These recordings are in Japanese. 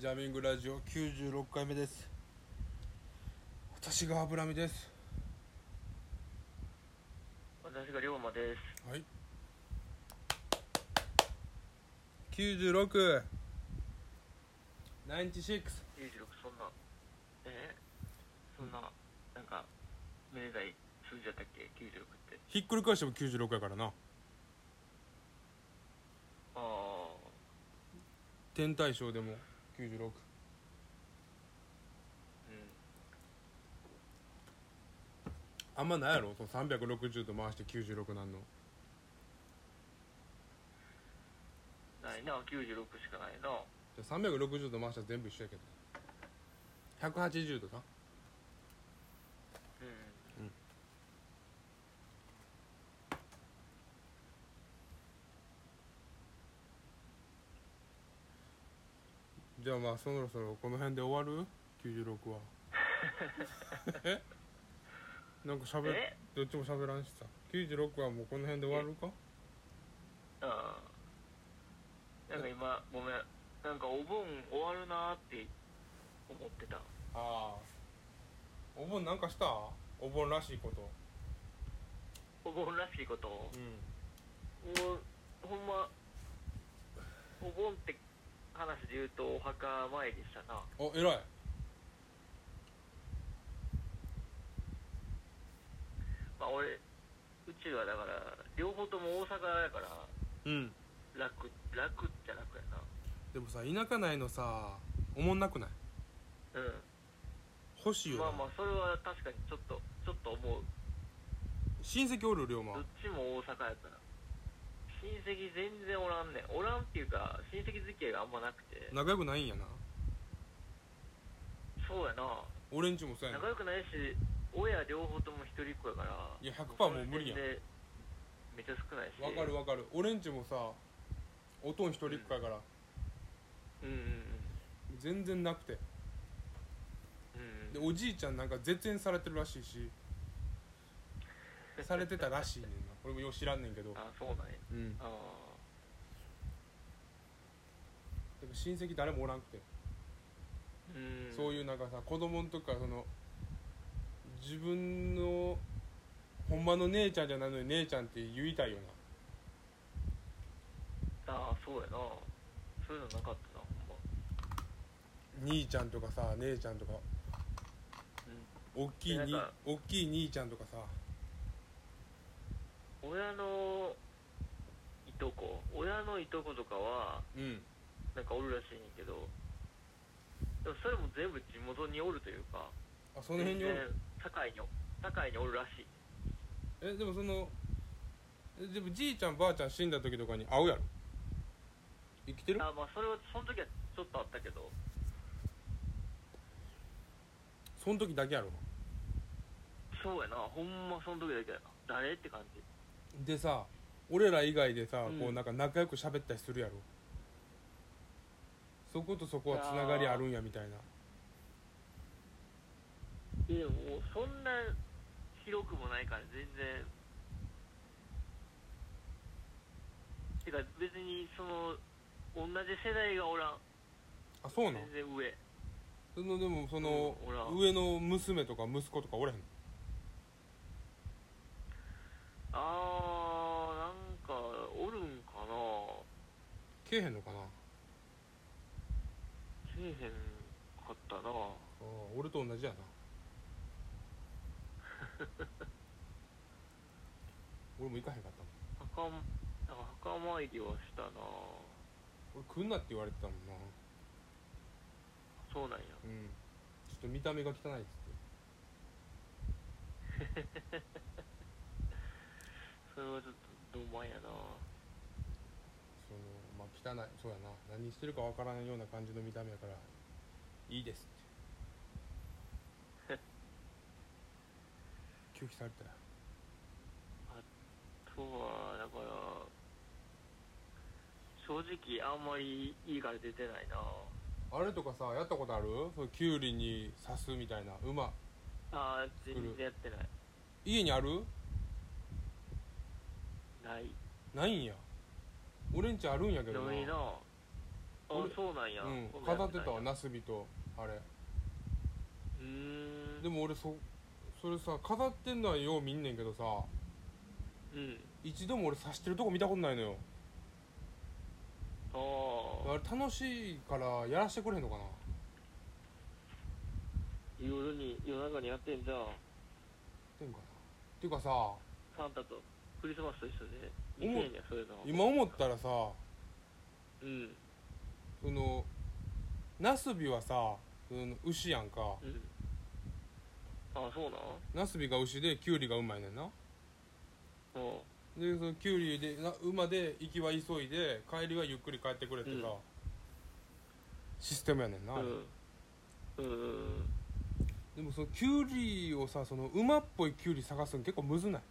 ジャミングラジオ96回目です私が油見です私が龍馬ですはい9696 96そんなえそんななんかめでたい数字だったっけ96ってひっくり返しても96やからなあ天体ショーでも96あうあんまないやろその360度回して96なんのんないな96しかないなじゃあ360度回したら全部一緒やけど180度なうんじゃあまあそろそろこの辺で終わる96は えなんかしゃべえどっちも喋らんしさ96はもうこの辺で終わるかああなんか今ごめんなんかお盆終わるなーって思ってたああお盆なんかしたお盆らしいことお盆らしいことをうんもうほんまお盆って話で言うとお墓参りしたなお偉いまあ俺宇宙はだから両方とも大阪やからうん楽楽っちゃ楽やでもさ田舎内のさおもんなくないな欲しいうんよまな、あまあそれは確かにちょっとちょっと思う親戚おる龍馬どっちも大阪やから親戚全然おらんねんおらんっていうか親戚付き合いがあんまなくて仲良くないんやなそうやな俺んちもそうや仲な良くないし親両方とも一人っ子やからいや100%もう無理やんその時点でめっちゃ少ないしわかるわかる俺んちもさおとん一人っ子やから、うんうん全然なくてうんうんうんでおじいちゃんなんか絶縁されてるらしい しされてたらしいねんな俺もよう知らんねんけどあそうなんやうんあでも親戚誰もおらんくて、ーうんそういうなんかさ子供の時からその自分のほんまの姉ちゃんじゃないのに姉ちゃんって言いたいよなああそうやなそういうのなかったなほんま兄ちゃんとかさ姉ちゃんとかおっきいになんかおっきい兄ちゃんとかさうん親のいとこ親のいとことかはうんなんかおるらしいねんけどでもそれも全部地元におるというかあその辺におる全然堺に堺におるらしいえでもそのえでもじいちゃんばあちゃん死んだ時とかに会うやろ生きてるあまあそれはその時はちょっとあったけどその時だけやろそうやなほんまその時だけやな誰って感じでさ俺ら以外でさ、うんこうなんか仲良く喋ったりするやろそことそこはつながりあるんやみたいなでもうそんな広くもないから全然てか別にその同じ世代がおらんあそうなん全然上そのでもその、うん俺は上の娘とか息子とかおらへんあーなんかおるんかなけえへんのかなあせえへんかったなあ俺と同じ やな俺も行かへんかったもん墓なんか墓参りはしたな俺来んなって言われてたもんなそうなんやうんちょっと見た目が汚いっつってそれはちょっとどんまんやなそのまあ汚いそうやな何してるかわからんような感じの見た目やからいいです って拒否されたよあとはだから正直あんまり家から出てないなあれとかさやったことあるそうキュウリに刺すみたいな馬ああ全然やってない家にあるないないんや俺んちあるんやけどでもいいなあ俺そうそうなんや、うん今度や語っめてんやたわなすびとあれうーんでも俺そそれさ語ってんのはよう見んねんけどさうん一度も俺刺してるとこ見たことないのよあああれ楽しいからやらしてくれへんのかな夜に夜中にやってんじゃんっていうかなっていうかさサンタとクリスマスと一緒で思う見てんやそういうの今思ったらさうんそのなすびはさその牛やんかうんああそうなんなすびが牛できゅうりがうまいねんなうんでそのキュウリでな馬で行きは急いで帰りはゆっくり帰ってくれってさ、うんシステムやねんな、うんうんでもそのキュウリをさその馬っぽいキュウリ探すの結構むずない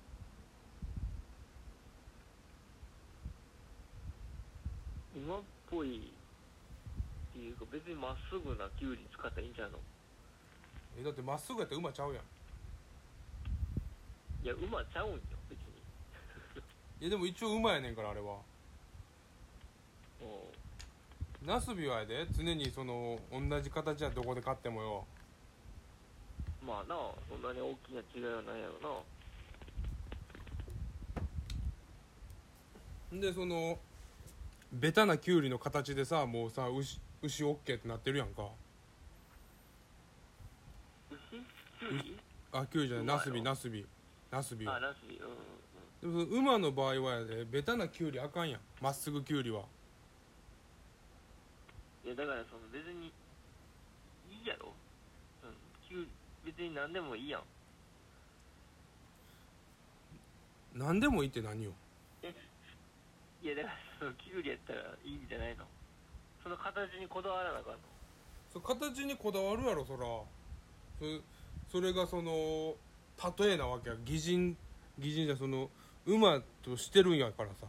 馬っぽいっていうか別にまっすぐなキュウリ使ったらいいんじゃんのえだってまっすぐやったら馬ちゃうやんいや馬ちゃうんよ別にいやでも一応馬やねんからあれはうんナスビはやで常にその同じ形はどこで買ってもよまあなそんなに大きな違いはないやろなんでそのベタなキュウリの形でさもうさ牛牛オッケーってなってるやんか牛キュウリあキュウリじゃない馬よナスビナスビナスビあはラスビうんうでもんその馬の場合はやでベタなキュウリあかんやんまっすぐキュウリはうんいやだからその別にいいやろうんキュウリ別に何でもいいやん何でもいいって何よいやだからそのキュウリやったらいいんじゃないのその形にこだわらなあかんのそ形にこだわるやろそらそそれがその例えなわけや擬人擬人じゃその馬としてるんやからさ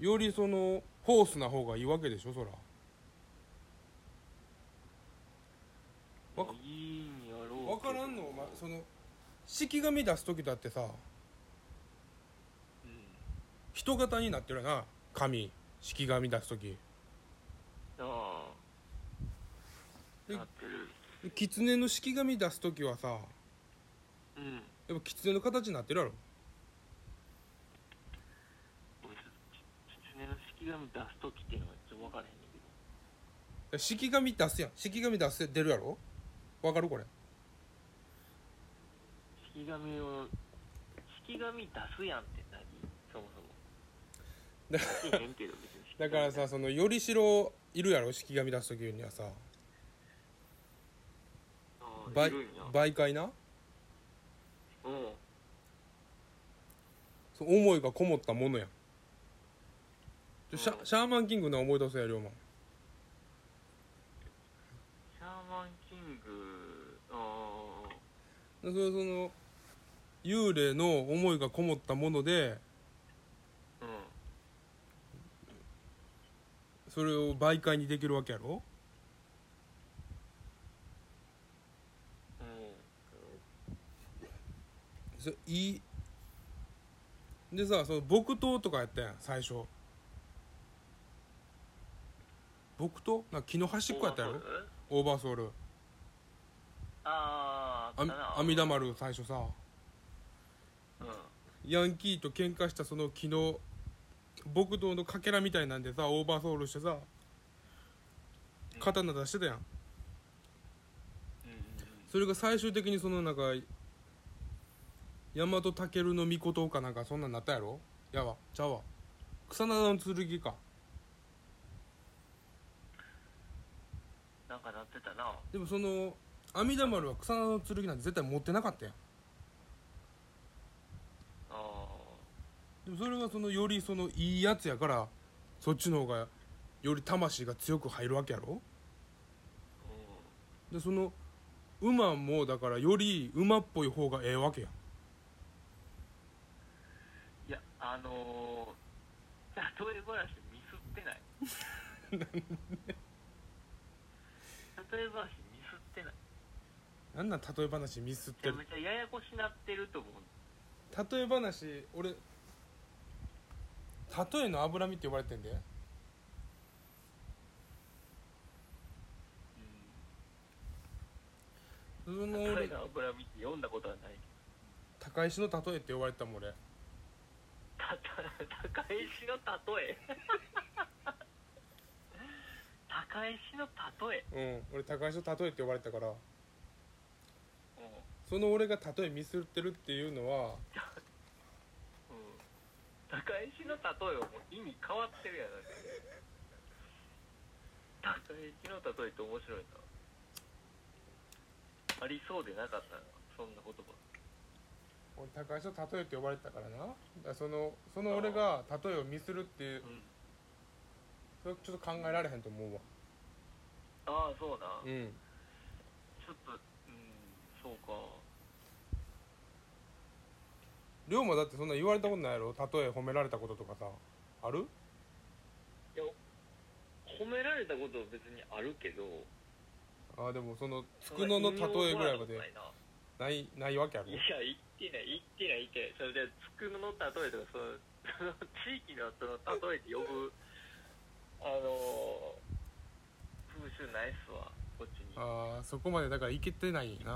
うんよりそのホースな方がいいわけでしょそらわかいいんやろう分からんのお前その式紙出す時だってさうん人型になってるやな紙式紙出す時ああえなってるで狐の式紙出す時はさうんやっぱ狐の形になってるやろ俺ちょっと狐の式紙出す時っていうのがちょっと分からへんねんけど式紙出すやん式紙出す出るやろわかるこれ式紙を式紙出すやんって何そもそもだ出てへん けど別に式だ紙からさそのよりしろいるやろ式紙出す時にはさああばいるんや媒介なうんその思いがこもったものやんちょシャうんシャーマンキングの思い出せや龍馬シャーマンキングああでそれその幽霊の思いがこもったものでうんそれを媒介にできるわけやろうんそいいでさその木刀とかやったやん最初木刀なんか木の端っこやったやろオーバーソウルああああみ阿弥陀丸最初さうんヤンキーと喧嘩したその木の木刀のかけらみたいなんでさオーバーソウルしてさ刀出してたやんうんそれが最終的にそのなんか大和武の御事かなんかそんなんなったやろやわちゃうわ草長の剣かなんかなってたなでもその阿弥陀丸は草長の剣なんて絶対持ってなかったやんああでもそれがそのよりそのいいやつやからそっちの方がより魂が強く入るわけやろうんでその馬もだからより馬っぽい方がええわけやんいや、あのー、例え話ミスって ない。例え話ミスってない。なんなん例え話ミスっめちてゃるめちゃややこしなってると思う。例え話俺例えの脂身って呼ばれてんで分の高俺いな油見て読んだことはないけ高石の例えって呼ばれてたもん俺どたた高石の例え 高石の例えうん俺高石の例えって呼ばれてたからうんその俺が例えミスってるっていうのはうん高石の例えはもう意味変わってるやんだって高石の例えって面白いなありそうでなかったなそんな言葉俺高橋の例えって呼ばれてたからなだからそのその俺が例えをミスるっていううんそれちょっと考えられへんと思うわああそうな、うんちょっとうんそうか龍馬だってそんな言われたことないやろ例え褒められたこととかさあるいや褒められたことは別にあるけどあーでもそのつくのの例えぐらいまでそんな引用もらったことないなないないわけやろいや、言ってない、言ってない、言ってない。それで、つくの例えとか、その、その 地域のその例えって呼ぶ、あのー、風習ないっすわ、こっちに。まあ、ああそこまでだからいけてないんや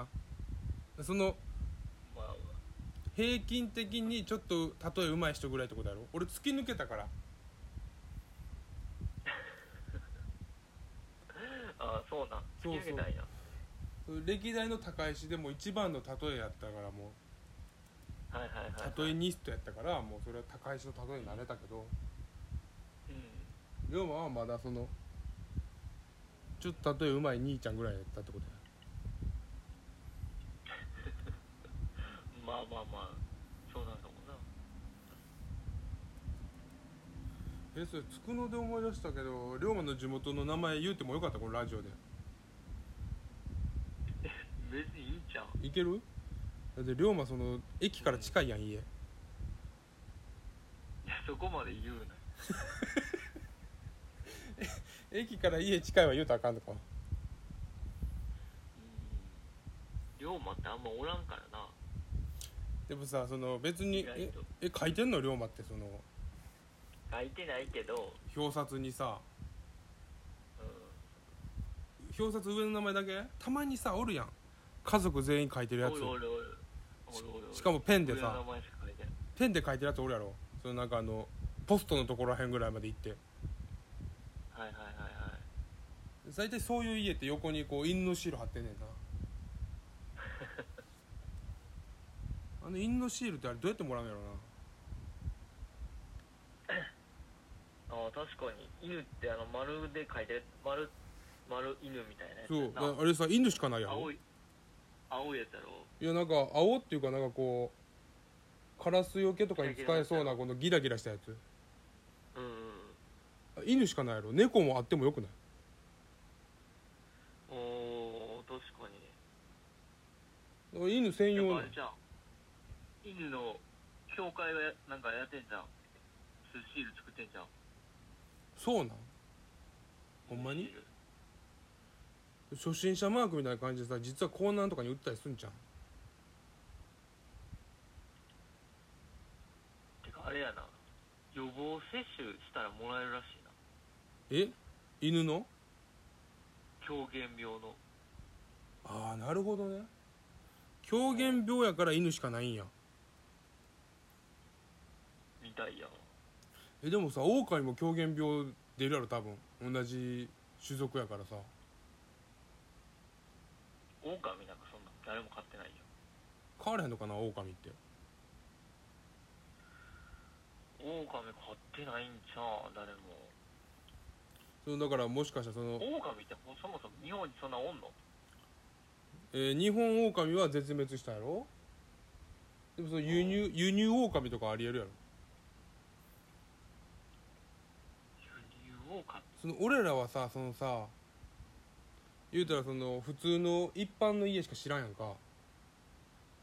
なそのまあ平均的にちょっと例え上手い人ぐらいってことやろ俺突き抜けたからあー、そうなん。そうそう突き抜けたんや。歴代の高石でも一番の例えやったからもはいはいはい、はう例えい。ニストやったからもうそれは高石の例えになれたけどうん。龍馬はまだそのちょっと例え上手い兄ちゃんぐらいやったってことやまあまあまあ、そうなんだもんな。えそれつくので思い出したけど龍馬の地元の名前言うてもよかったこのラジオで別にいいんちゃういけるだって龍馬その駅から近いやん家いや、そこまで言うな。駅から家近いは言うたらあかんとかうん。龍馬ってあんまおらんからな。でもさその別に意外えとえ書いてんの龍馬ってその書いてないけど、表札にさう表札上の名前だけたまにさおるやん家族全員書いてるん。やおるおつるおる。おるおるおる。しかもペンで俺のさ名前しか書いてない。ペンで書いてるやつおるやろそのなんかあのポストのところらへんぐらいまで行ってはいはいはいはい。大体そういう家って横にこう犬のシール貼ってんねんなあの犬のシールってあれどうやってもらうんやろなああ確かに犬ってあの丸で書いて丸丸犬みたいなやつそうやなだあれさ犬しかないやろ青い青いやつやろいやなんか青っていうかなんかこうカラスよけとかに使えそうなこのギラギラしたやつうんうんあ犬しかないやろ猫もあってもよくないおー確かにだから犬専やっ用ぱなあれじゃん犬の協会がやなんかやってんじゃん寿司シール作ってんじゃんそうなんほんまにシール初心者マークみたいな感じでさ実はコーナーとかに売ったりすんじゃんてかあれやな予防接種したらもらえるらしいなえ犬の狂犬病のああなるほどね狂言病やから犬しかないんやみたいやんえでもさ狼も狂言病出るやろ多分同じ種族やからさ狼なんかそんな誰も飼ってないよ変わらへんのかな狼って狼飼ってないんちゃう誰もそのだからもしかしたらその、オオカミってほそもそも日本にそんなおんのえー日本狼は絶滅したやろでもその輸入輸入狼とかありえるやろ輸入オオカミその俺らはさそのさ言うたらその普通の一般の家しか知らんやんか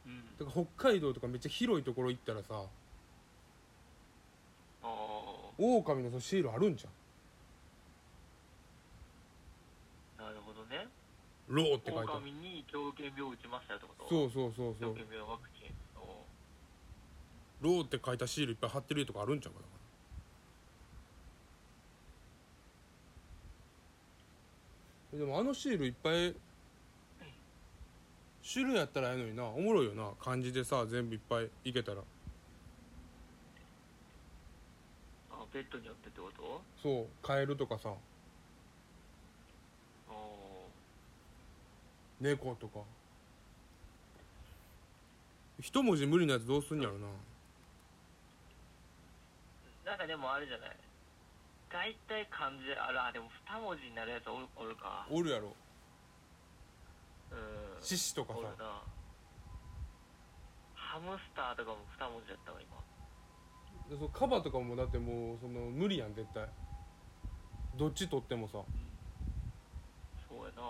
うんだから北海道とかめっちゃ広いところ行ったらさああ狼のそのシールあるんじゃんなるほどねローってオ書オいてあカるミに狂犬病を打ちましたよってことそううそうそうそう狂犬病のワクチンおローって書いたシールいっぱい貼ってる家とかあるんちゃうかなでもあのシールいっぱい種類やったらええのになおもろいよな漢字でさ全部いっぱいいけたらあベッドによってってことそうカエルとかさあ猫とか一文字無理なやつどうすんやろなあなんかでもあれじゃない大体漢字あるあでも2文字になるやつおるおるかおるやろうん獅子とかさおるなハムスターとかも2文字やったわ今でそのカバとかもだってもうその無理やん絶対どっち取ってもさそうやな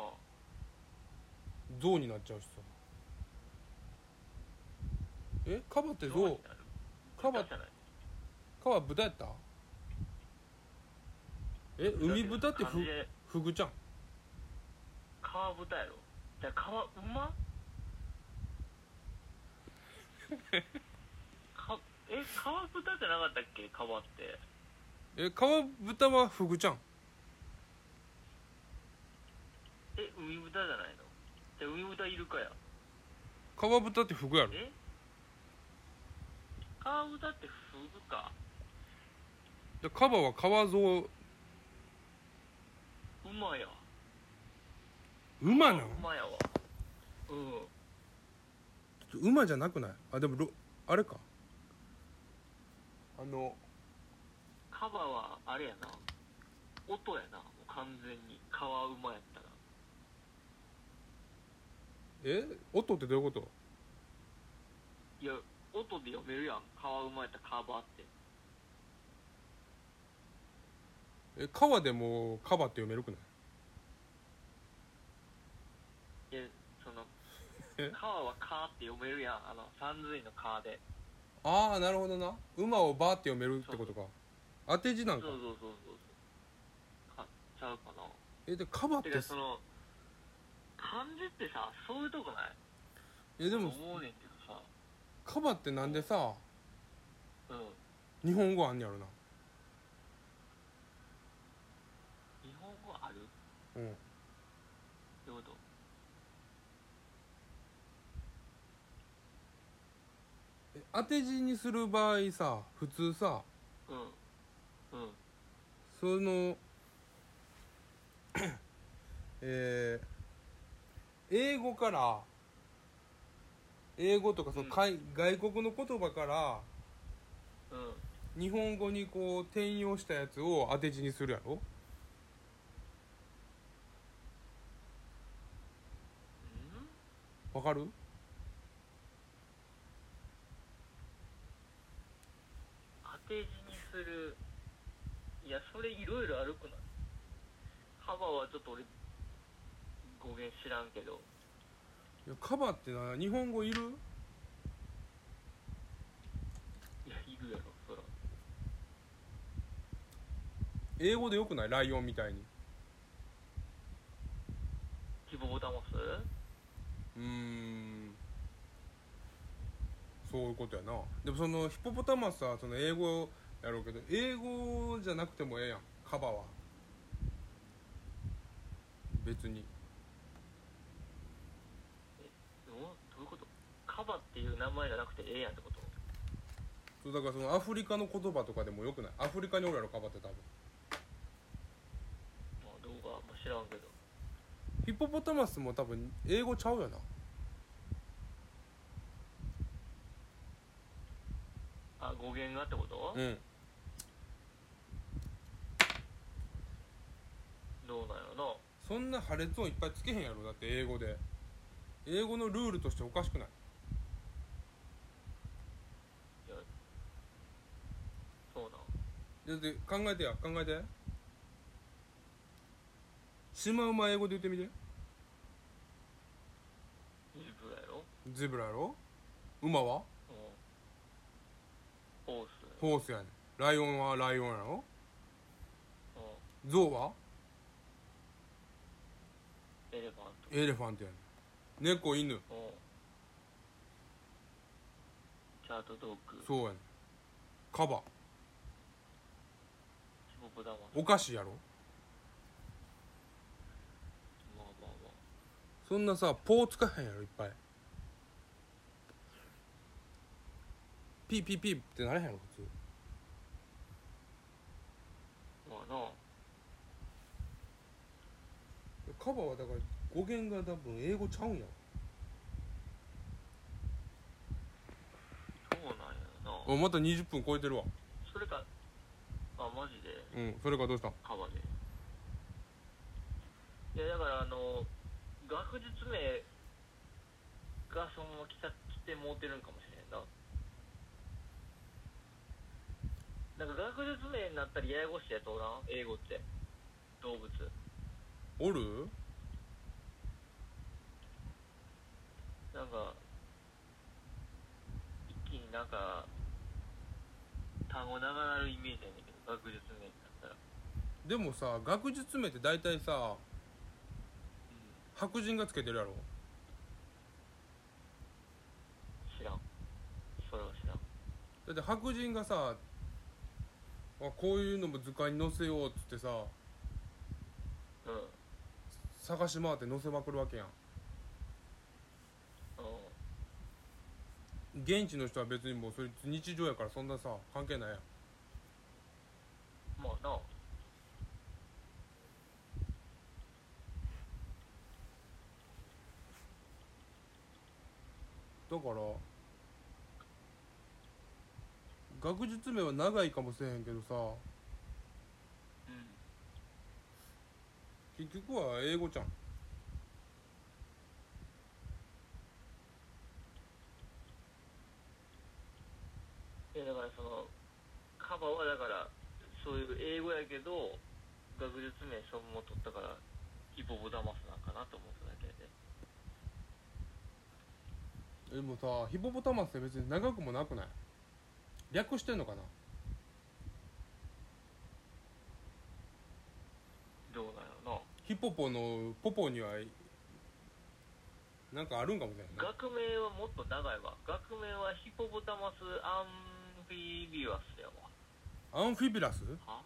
象になっちゃうしさえカバって象カバ豚じゃないカバ豚やったえ海豚ってふ漢字でフグちゃん川豚やろじゃあ川 馬かえ川豚じゃなかったっけ川ってえ川豚はフグちゃんえ海豚じゃないのじゃあ海豚イルカや川豚ってフグやろえ川豚ってフグかでカバは川象馬や馬なん馬やわうん馬じゃなくないあでもろあれかあのカバはあれやな音やなもう完全に川馬やったらえ音ってどういうこといや音で読めるやん川馬やったらカバってえ川でもカバって読めるくないいやそのえ川はカーって読めるやんあの三髄のカーでああなるほどな馬をバーって読めるってことか当て字なそうんかそうそうそうかちゃうかなえでカバっててかその漢字ってさそういうとこないえでも思うねんけどさカバってなんでさうん日本語あんねやろな日本語あるっうんてことえ当て字にする場合さ普通さうんうんその えー英語から英語とかそのうん海外国の言葉からうん日本語にこう転用したやつを当て字にするやろうんわかる当て字にするいやそれいろいろあるくない幅はちょっと俺語源知らんけどいやカバってな日本語いるいやいるやろそら英語でよくないライオンみたいに希望を保つうーんそういうことやなでもそのヒポポタマスはその英語やろうけど英語じゃなくてもええやんカバは別にどうどういうことカバっていう名前じゃなくてええやんってことそうだからそのアフリカの言葉とかでもよくないアフリカにおるやろカバって多分まあ動画も知らんけどヒポポタマスも多分英語ちゃうよなあ語源がってこと、うんどうなんやろそんな破裂音いっぱいつけへんやろだって英語で英語のルールとしておかしくないないやそうなんだって考えてや考えてシマウマ英語で言ってみてイブラやろゼブラやろ馬はうんホースホースやねんライオンはライオンやろうんゾウはエレファントエレファントやねん猫犬うんチャートドッグそうやねんカバヒポポダマスお菓子やろまあまあまあそんなさポーつかへんやろいっぱいピーピーピーってなれへんの普通まあなカバーはだから語源が多分英語ちゃうんやそうなんやなおまた20分超えてるわそれかあマジでうんそれからどうしたんカバでいやだからあの学術名がそのまま来た来てもうてるんかもしれんななんか学術名になったりややこしいやつおらん英語って動物おるなんか一気になんか単語長なるイメージやねんけど学術名になったらでもさ学術名って大体さ白人がつけてるやろ知らんそれは知らんだって白人がさあこういうのも図鑑に載せようっつってさうん探し回って載せまくるわけやんうん現地の人は別にもうそれ日常やからそんなさ関係ないやんまあなだから学術名は長いかもしれへんけどさうん結局は英語じゃんいやだからそのカバーはだからそういう英語やけど学術名そのまま取ったからヒポボダマスなんかなと思っただけででもさヒポポタマスって別に長くもなくない略してんのかなどうなのヒポポのポポにはなんかあるんかもしれんな学名はもっと長いわ学名はヒポボタマスアンフィビワスやわアンフィビラスは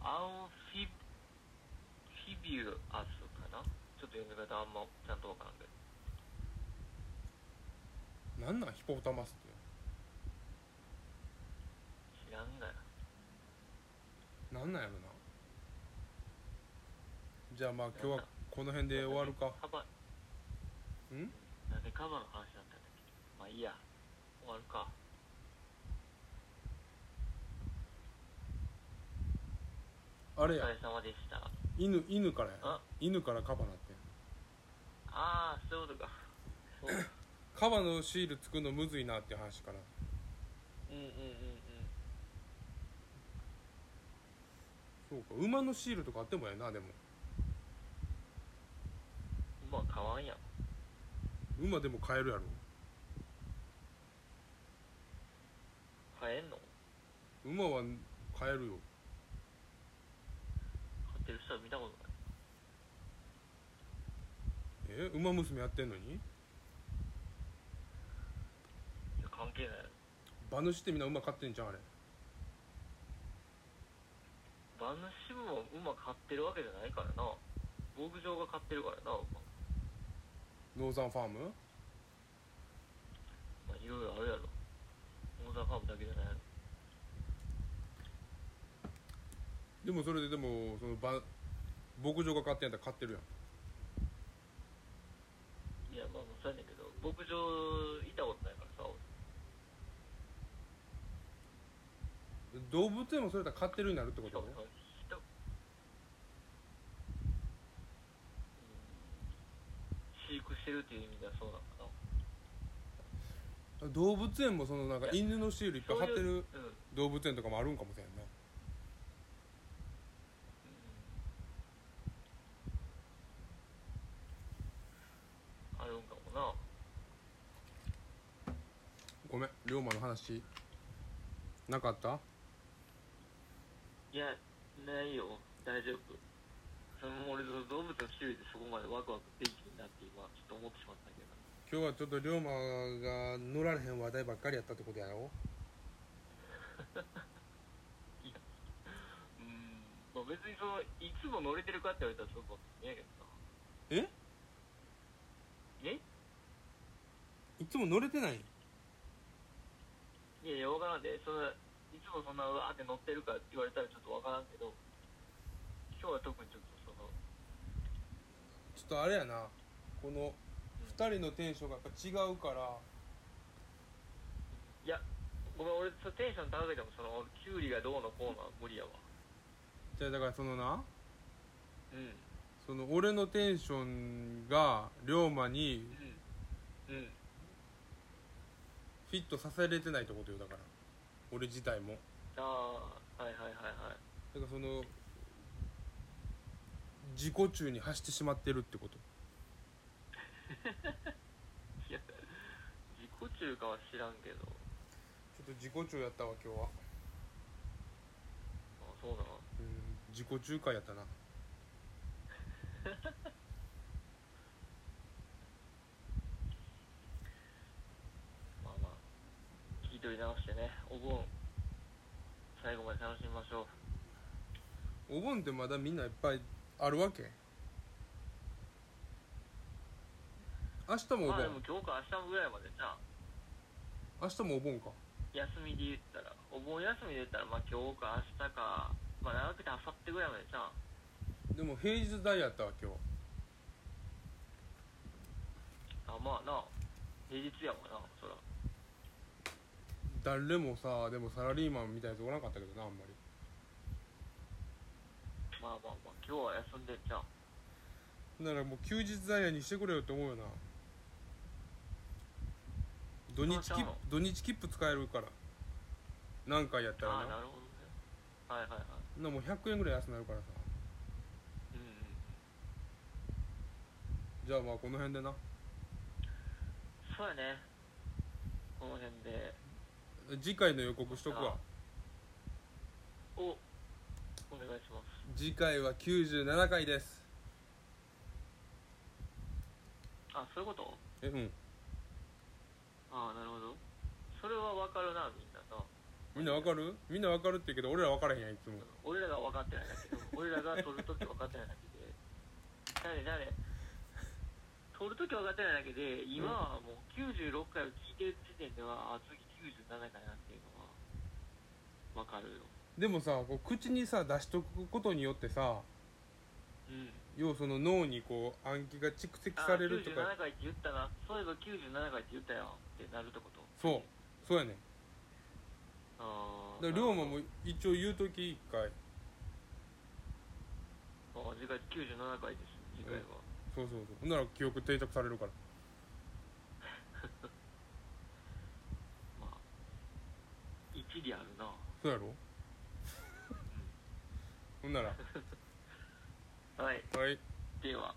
アンフィフィビュアスかなちょっと読み方あんまちゃんとわからんけどなんなんヒポポタマスって知らんがななんなんやろなじゃあまあ今日はこの辺で終わるかカバんなんでカバーの話だったんだっけまあいいや終わるかあれお疲やれ様でした犬犬からやあ犬からカバなってんああそういうことかそう カバのシール作るのむずいなって話からうんうんうんうんそうか馬のシールとかあってもやなでもまあ買わんやん馬でも買えるやろ買えんの馬は買えるよ買ってる人は見たことないえ馬娘やってんのにいや関係ない馬主ってみんな馬買ってんじゃんあれ馬主も馬買ってるわけじゃないからな牧場が買ってるからな馬ノーザンファームまあいろいろあるやろモーザーファームだけじゃないやろでもそれででもその馬牧場が買ってんやったら買ってるやんいやまあまあそうやねんけど牧場いたことないからさ俺動物でもそれやったら買ってるになるってこしかともその人うん飼育してるっていう意味ではそうなのかな動物園もそのなんか犬のシールいっぱい貼ってそういうるうん動物園とかもあるんかもしれんなあるんかもなごめん龍馬の話なかったいやないよ大丈夫その俺その動物の種類でそこまでワクワクできるなって今ちょっと思ってしまったけど今日はちょっと龍馬が乗られへん話題ばっかりやったってことやろうんまあ別にそのいつも乗れてるかって言われたらそうかもしれんけどなええいつも乗れてないいやいや、わからんで、そのいつもそんなうわーって乗ってるかって言われたらちょっとわからんけど、今日は特にちょっとその、ちょっとあれやなこの2人のテンションがやっぱ違うからいや、ごめん、俺、そのテンション高くても、その、キュウリがどうのこうのは無理やわ。じゃあだからそのなうん。その俺のテンションが龍馬にうん。うん。フィットさせれてないってことよだから俺自体もああ、はいはいはいはい。だからその自己中に走ってしまってるってこといや、自己中かは知らんけちょど。っと自己中やったわ今日はあそうなのうん自己中会やったなまあまあ、聞き取り直してね、お盆、最後まで楽しみましょう。お盆ってまだみんないっぱいあるわけ明日もお盆、まあでも今日か明日ぐらいまでじゃあ明日もお盆か休みで言ったら、お盆休みで言ったら、まあ今日か明日か、まあ長くて明後日ぐらいまでじゃあでも平日代やったわ今日あ、まあな、平日やわな、そら。誰もさでもサラリーマンみたいなやつおらんかったけどなあんまりまあまあまあ、今日は休んでんじゃん。ならもう休日ダイヤにしてくれよって思うよな土日そうきなの土日切符使えるから何回やったらああ、ななるほどね。はいはいはい。なもう100円ぐらい安くなるからさうんうん。じゃあまあこの辺でなそうやね。この辺で。次回の予告しとくわお、お願いします。次回は97回ですあ、そういうことえうんああ、なるほど。それはわかるな、みんなな。みんなわかるみんなわかるって言うけど俺らわからへんやんいつも俺らが分かってないだけど、俺らが取るとき分かってないだけで。誰誰取るとき分かってないだけで、今はもう96回を聞いてる時点では、あ、次97回なっていうのは、分かるよ。でもさこう口にさ出しとくことによってさうん。要はその脳にこう暗記が蓄積あされるとか97回って言ったな。そういえば97回って言ったよってなるってことそうそうやねんああ。だから龍馬も一応言うとき一回あ次回97回です次回は、そうそうそうほんなら記憶定着されるからまあ一理あるなそうやろほんならはいはいでは